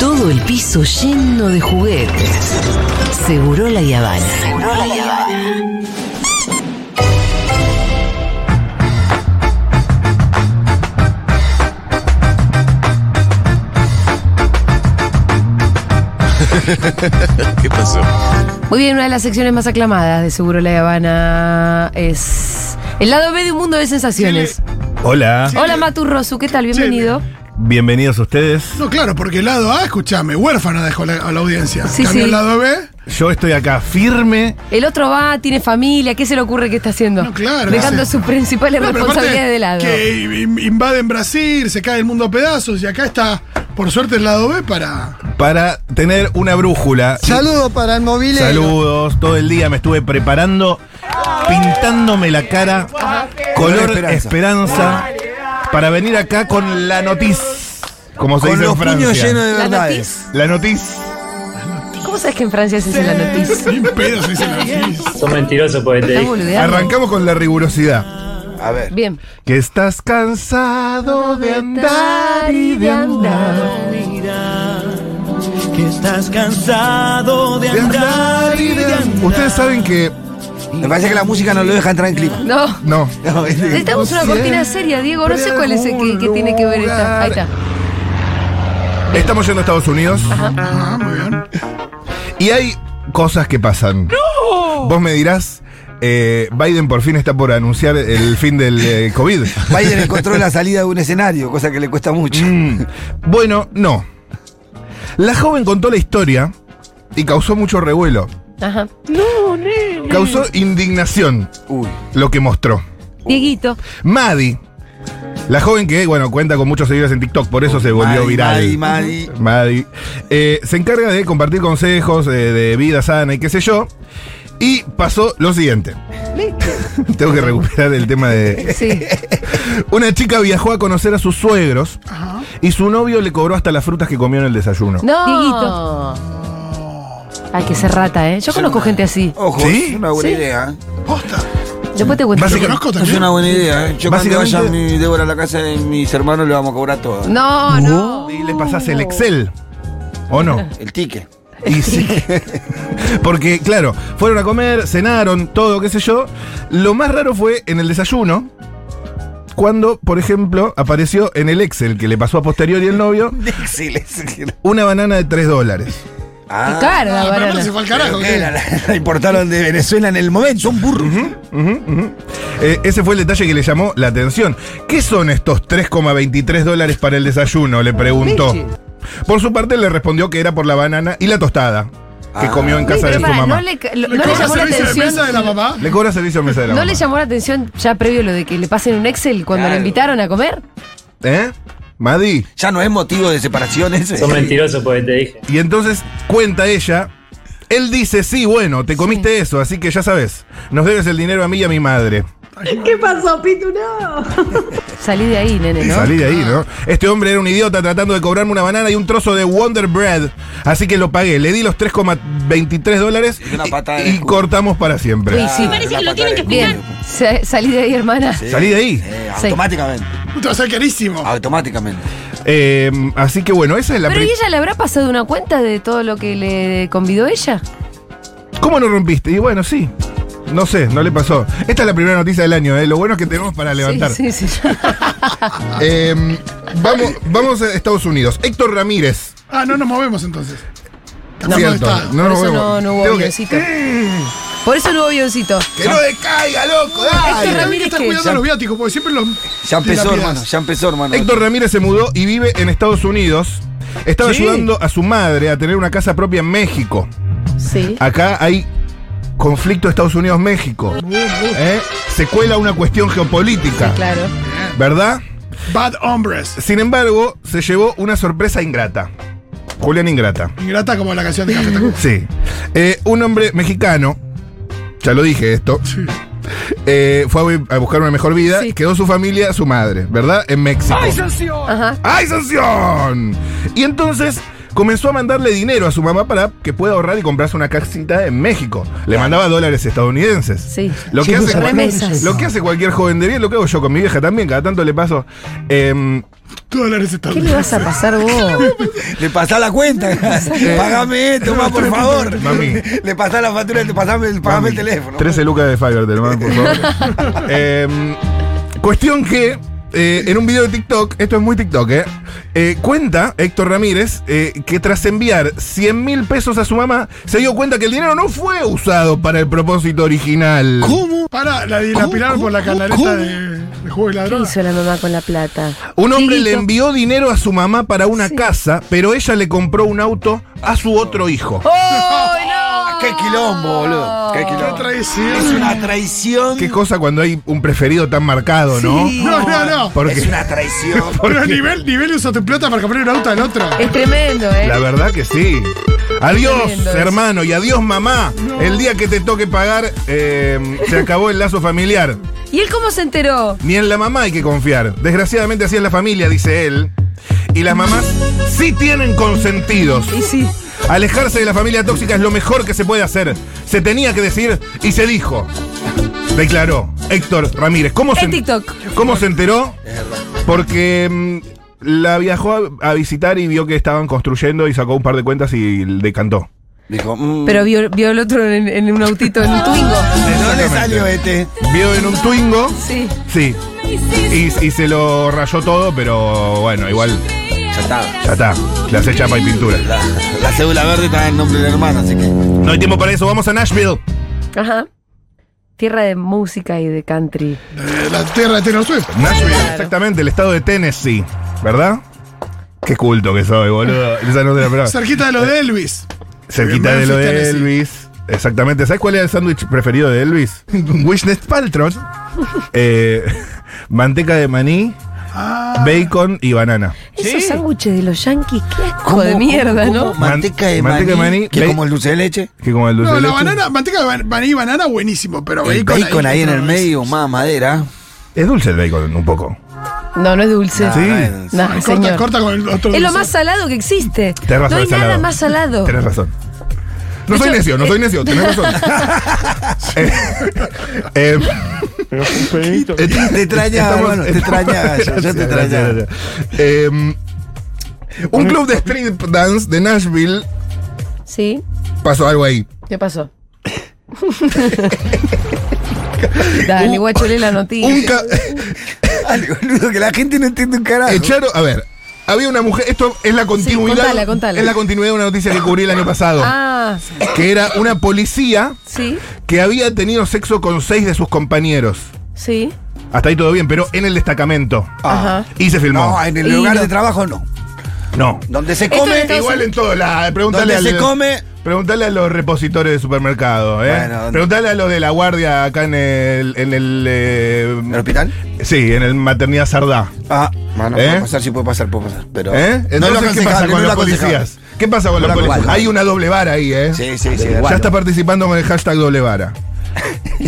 Todo el piso lleno de juguetes. Seguro la Yavana. Seguro la Yavana. ¿Qué pasó? Muy bien, una de las secciones más aclamadas de Seguro La Habana es el lado B de un mundo de sensaciones. Hola. Hola Matu Rosu, ¿qué tal? Bienvenido. Bienvenidos ustedes. No, claro, porque el lado A, escúchame, huérfana dejó la- a la audiencia. Sí, Cambió sí. el lado B. Yo estoy acá firme. El otro va, tiene familia, ¿qué se le ocurre que está haciendo? No, claro, Dejando hace- sus principales No, pero aparte responsabilidades de lado. Que in- invaden Brasil, se cae el mundo a pedazos y acá está, por suerte, el lado B para. para tener una brújula. Saludos para el móvil. Saludos, todo el día me estuve preparando, pintándome la cara, color esperanza, Esperanza. para venir acá con la noticia, como se Con dice los en Francia. puños llenos de La verdades. noticia. La noticia. ¿Cómo sabes que en Francia se dice la noticia? Sin pedos, dice la noticia. Son mentirosos porque te Estás dije. boludeando. Arrancamos con la rigurosidad. A ver. Bien. Que estás cansado de andar y de andar. que estás cansado de De andar y de andar. Ustedes saben que. Me parece que la música no lo deja entrar en clima. No. No. este No, este es- Necesitamos una cortina seria, Diego. No sé cuál es el que, que tiene que ver esta. Ahí está. Estamos yendo a Estados Unidos. Ah, muy bien. Y hay cosas que pasan. Vos me dirás, eh, Biden por fin está por anunciar el fin del eh, COVID. Biden encontró la salida de un escenario, cosa que le cuesta mucho. Mm, Bueno, no. La joven contó la historia y causó mucho revuelo. Ajá. Causó indignación Uy. lo que mostró. Dieguito. Maddy, la joven que, bueno, cuenta con muchos seguidores en TikTok, por eso se volvió Madi, Madi, viral. Madi. Maddy. Eh, se encarga de compartir consejos eh, de vida sana y qué sé yo. Y pasó lo siguiente. Tengo que recuperar el tema de... Sí. Una chica viajó a conocer a sus suegros y su novio le cobró hasta las frutas que comió en el desayuno. No. Dieguito. Ay, que se rata, ¿eh? Yo conozco gente así. Ojo, ¿Sí? es una buena Sí. idea. ¿eh? Posta. Después te cuento. Te Básica- conozco Es también. Ah, una buena idea. ¿eh? Yo cuando Básicamente- vaya a mi Débora a la casa de mis hermanos le vamos a cobrar todo. ¿eh? No, no. Y le pasás el Excel. ¿O no? El ticket. Y sí. Porque, claro, fueron a comer, cenaron, todo, qué sé yo. Lo más raro fue en el desayuno, cuando, por ejemplo, apareció en el Excel que le pasó a posteriori el novio, una banana de 3 dólares. Ah, Claro, la Ah, pero banana. no se fue al pero carajo. que ¿qué? la, la- la importaron de Venezuela en el momento. Son burros. Ujú, ujú. Eh, ese fue el detalle que le llamó la atención. ¿Qué son estos 3,23 dólares para el desayuno? Le preguntó. Michi. Por su parte le respondió que era por la banana y la tostada que Ah. comió en casa Pero de su pará, mamá. No le, ca- lo- ¿Le no le cobra llamó la servicio de atención. mesa de la mamá? Le cobra servicio a mesa de la ¿No mamá. le llamó la atención ya previo lo de que le pasen un Excel cuando Claro. le invitaron a comer? ¿Eh? Madi. Ya no es motivo de separación ese. Son mentirosos porque te dije. Y entonces cuenta ella. Él dice, sí, bueno, te comiste eso, así que ya sabes, nos debes el dinero a mí y a mi madre. ¿Qué pasó, Pitu? No. Salí de ahí, nene, ¿no? Salí de ahí, ¿no? Este hombre era un idiota tratando de cobrarme una banana y un trozo de Wonder Bread, así que lo pagué, le di los 3,23 dólares Y una patada en y el culo. cortamos para siempre. Sí, sí. Parece que lo tienen que Bien. Sa- salí de ahí, hermana. Salí de ahí. Sí. Eh, automáticamente. Te va a ser carísimo. Automáticamente. Eh, así que bueno, esa es la... Pero ¿y pri- ella le habrá pasado una cuenta de todo lo que le convidó ella? ¿Cómo no rompiste? Y bueno, sí. No sé, no le pasó. Esta es la primera noticia del año, ¿eh? Lo bueno es que tenemos para levantar. Sí, sí, sí. Eh, vamos, vamos a Estados Unidos. Héctor Ramírez. Ah, no nos movemos entonces. Estamos de Cierto, estado. no Por nos eso vemos. no, no hubo Tengo que- avioncito. Por eso no hubo avioncito. ¡Que no decaiga, loco! Héctor dale! Está bien Ramírez que está Este que- cuidando ya- los viáticos, porque siempre los. Ya empezó, dilapidás. hermano. Ya empezó, hermano. Héctor Ramírez se mudó y vive en Estados Unidos. Estaba Sí. ayudando a su madre a tener una casa propia en México. Sí. Acá hay conflicto Estados Unidos-México. Uh, ¿eh? Se cuela una cuestión geopolítica, Claro. ¿verdad? Bad hombres. Sin embargo, se llevó una sorpresa ingrata. Julián Ingrata. Ingrata como la canción de Café Tacuba. Sí. Eh, un hombre mexicano, ya lo dije esto, eh, fue a bu- a buscar una mejor vida Sí. y quedó su familia, su madre, ¿verdad? En México. ¡Ay, sanción! Ajá. ¡Ay, sanción! Y entonces comenzó a mandarle dinero a su mamá para que pueda ahorrar y comprarse una casita en México. Le mandaba dólares estadounidenses. Sí. Lo que, hace, Remesas. lo que hace cualquier joven de bien, lo que hago yo con mi vieja también, cada tanto le paso. em, dólares está ¿Qué le vas a pasar vos? Le pasás la cuenta. pagame esto, ma, por favor. Mami. Le pasás la factura, te pasame, el- pagame Ah, el teléfono. 13 lucas de Fiverr, te lo mando, por favor. Em, cuestión que. eh, en un video de TikTok, esto es muy TikTok, ¿eh? Eh, cuenta Héctor Ramírez eh, que tras enviar 100 mil pesos a su mamá, se dio cuenta que el dinero no fue usado para el propósito original. ¿Cómo? Pará, la dilapidaron por la canaleta de, de Juego y ¿Qué Ladrón. hizo la mamá con la plata? Un hombre le Chiquito. envió dinero a su mamá para una casa, pero ella le compró un auto a su otro hijo. Oh, ¡Ay, no! Qué quilombo, boludo. Qué ¡Qué quilombo. Es traición! una traición. Qué cosa cuando hay un preferido tan marcado, ¿no? No, no, no. Porque Es una traición. Pero nivel, nivel usa tu plata para comprar un auto al otro. Es tremendo, ¿eh? la verdad que sí. Adiós, Tremendo eso. hermano, y adiós, mamá. El día que te toque pagar, eh, se acabó el lazo familiar. ¿Y él cómo se enteró? Ni en la mamá hay que confiar. Desgraciadamente así es la familia, dice él. Y las mamás sí tienen consentidos. Y sí. Alejarse de la familia tóxica es lo mejor que se puede hacer. Se tenía que decir y se dijo. Declaró Héctor Ramírez. ¿Cómo, se, En TikTok. ¿cómo se enteró? Porque mm, la viajó a, a visitar y vio que estaban construyendo y sacó un par de cuentas y decantó. Dijo, mm, Pero vio, vio al otro en, en un autito, en un Twingo. ¿de dónde salió este? Vio en un Twingo. Sí. Sí. Y, y se lo rayó todo, pero bueno, igual Ya está. ya está. Le hace chapa y pintura. La, la cédula verde está en nombre de la hermana, así que. No hay tiempo para eso. Vamos a Nashville. Ajá. Tierra de música y de country. Eh, La tierra de Taylor Swift. Nashville, exactamente, el estado de Tennessee, ¿verdad? Qué culto que soy, boludo. Esa no te la esperaba. Cerquita de lo Eh, de Elvis. Cerquita de lo Memphis, de Tennessee. Elvis. Exactamente. ¿Sabes cuál era el sándwich preferido de Elvis? Wishness Paltrow. Eh, manteca de maní, Ah. bacon y banana. Esos sándwiches de los yankees, qué asco de ¿Cómo- mierda, cómo- ¿no? cómo? Manteca de Man- maní. manteca de maní, Que ve- es como el dulce de leche. Que como el dulce No, de la leche. banana, manteca de ban- maní y banana, buenísimo, pero El bacon, bacon ahí en el medio, más madera. Es dulce el bacon, un poco. No, no es dulce. Ah, Sí. No, Ay, corta, señor. corta con el otro. Es lo dulce. más salado que existe. Tenés razón. no hay es nada salado. más salado. Tenés razón. No De soy hecho, necio, no eh, soy necio, tenés razón. Eh, eh, Te extraña, Estamos- bueno, te extraña, yo, yo te Gracias, extraña. gracias. Eh, un club de street dance de Nashville Sí. pasó algo ahí. ¿Qué pasó? Dale, guacho, lee la noticia. Un ca- Algo, boludo, que la gente no entiende un carajo. echaron, a ver, había una mujer, esto es la continuidad, contala, contala. es la continuidad de una noticia que cubrí el año pasado, Ah, que era una policía sí, que había tenido sexo con seis de sus compañeros. sí. Hasta ahí todo bien, pero en el destacamento. Ajá. Y se filmó. Ah. No, en el Y lugar no. de trabajo no. No. Donde se Esto en come. Estados Igual en todo, la, pregúntale Donde al- se come. Preguntale a los repositores de supermercado, ¿eh? Bueno, Preguntale a los de la guardia acá en el. En el, eh, ¿En el hospital? Sí, en el Maternidad Sardá. Ah, bueno, ¿Eh? puede pasar, sí puede pasar, puede pasar. Pero ¿eh? no es lo Entonces, ¿qué pasa aconsejable, no con es los lo aconsejable. policías? ¿Qué pasa con No los lo policías? aconsejable. Hay una doble vara ahí, ¿eh? Sí, sí, sí. Ya bueno. está participando con el hashtag doble vara.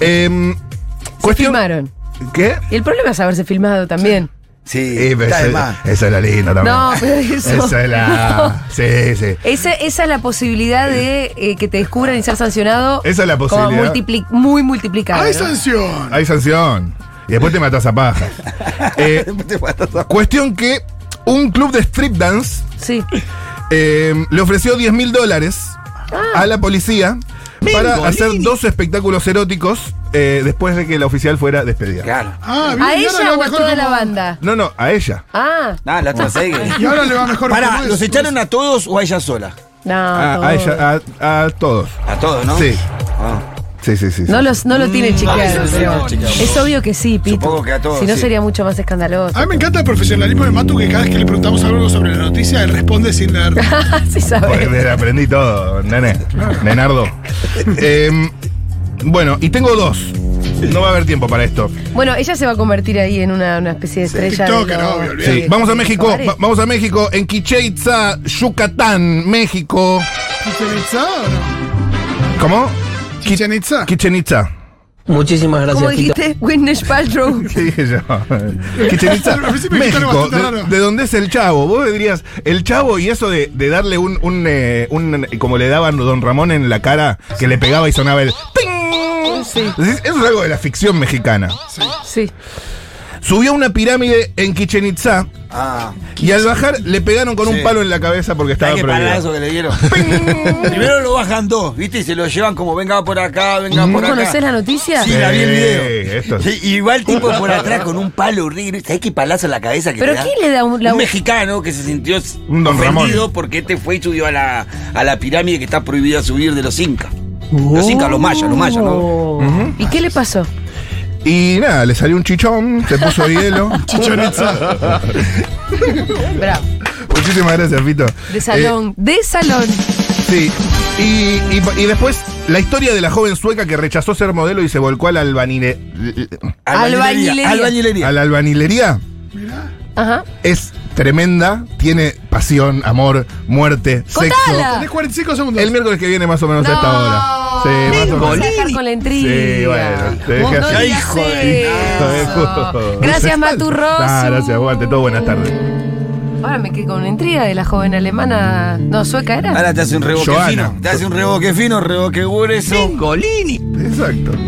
Em, cuestión. Filmaron. ¿Qué? Y el problema es haberse filmado también. Sí, Eh, pero está de esa, más. esa es la linda también. No, pero eso- Esa es la. Sí, sí. Esa, esa es la posibilidad de eh, que te descubran y ser sancionado. Esa es la como posibilidad. Ah, multipli- muy multiplicado. ¡Ay, ¿no? sanción! Hay sanción. Y después te matas a paja. Eh, Después te matas a- Cuestión que un club de strip dance Sí. eh, le ofreció 10 mil dólares Ah. a la policía para hacer dos espectáculos eróticos eh, después de que la oficial fuera despedida. Claro. Ah, bien, ¿A y ahora le ella va o a mejor toda como- la banda? No, no, a ella. Ah, Nada, la otra sigue. Y ahora le va mejor Pará, como es. ¿los pues. Ah. echaron a todos o a ella sola? no. Ah, A, a todo. ella, a, a todos. A todos, ¿no? Sí. Ah. Sí, sí, sí. sí. No, los, no lo Mm, tiene chequeado. no, pero no, no, chequeado. es obvio que sí, Pitu. Supongo que a todos, Si no sí. sería mucho más escandaloso. A mí me encanta el profesionalismo de Matu que cada vez que le preguntamos algo sobre la noticia, él responde sin leer. sí, Porque sabes. me aprendí todo, nene. Nenardo. Em, bueno, y tengo dos. No va a haber tiempo para esto. Bueno, ella se va a convertir ahí en una, una especie de estrella. de TikToker, los- obvio, olvidate. Sí, de- vamos a de México, cabaret. va- vamos a México, en Quiché Itzá, Yucatán, México. ¿Chichen Itza o no? ¿Cómo? ¿Chichen Itza? Quichen Itza. Muchísimas ¿Cómo gracias, Tito. dijiste? Witness Paltrow. ¿Qué dije yo? Chichen Itza, Al principio dijiste algo México, bastante de, raro. de dónde es el chavo? Vos dirías, el chavo y eso de, de darle un, un, eh, un- como le daban Don Ramón en la cara, que le pegaba y sonaba el... ting. Sí. Decís, Eso es algo de la ficción mexicana. Sí. Subió una pirámide en Chichen Itzá Ah. y al bajar le pegaron con Sí. un palo en la cabeza porque estaba Hay que parar eso prohibido. que le dieron. Primero lo bajan dos, ¿viste? Y se lo llevan como venga por acá, venga ¿Vos Ah, por acá. conocés la noticia? Sí, la vi en Sí, video. esto es- Sí, y va el tipo por atrás con un palo. horrible. ¿Sabés qué palazo en la cabeza que ¿Pero te da? quién le da un- la- Un mexicano que se sintió Un don ofendido Ramón. porque este fue y subió a la, a la pirámide que está prohibida subir de los incas. Los incas, los mayas, los mayas, Oh. ¿no? ¿Y qué le pasó? Y nada, le salió un chichón, se puso hielo. Chichón Itzá. Bravo. Muchísimas gracias, Pito. De salón. De salón. Eh, sí. Y, y- y después, la historia de la joven sueca que rechazó ser modelo y se volcó a la albanile- Albañilería. Albañilería. Albañilería. a la albanilería Ajá. es tremenda, tiene pasión, amor, muerte, Contala. sexo. Tenés 45 segundos. El miércoles que viene más o menos a esta hora. Sí, más o Vamos a menos. dejar con la intriga. Sí, bueno, te Vos dejé no así. digas Hijo de- eso. Gracias, Maturroso. Ah, gracias, aguante. Todo buenas tardes. Ahora me quedé con una intriga de la joven alemana. No, sueca era. Ahora te hace un reboque Joana. fino. Te hace un reboque fino, reboque grueso. Exacto.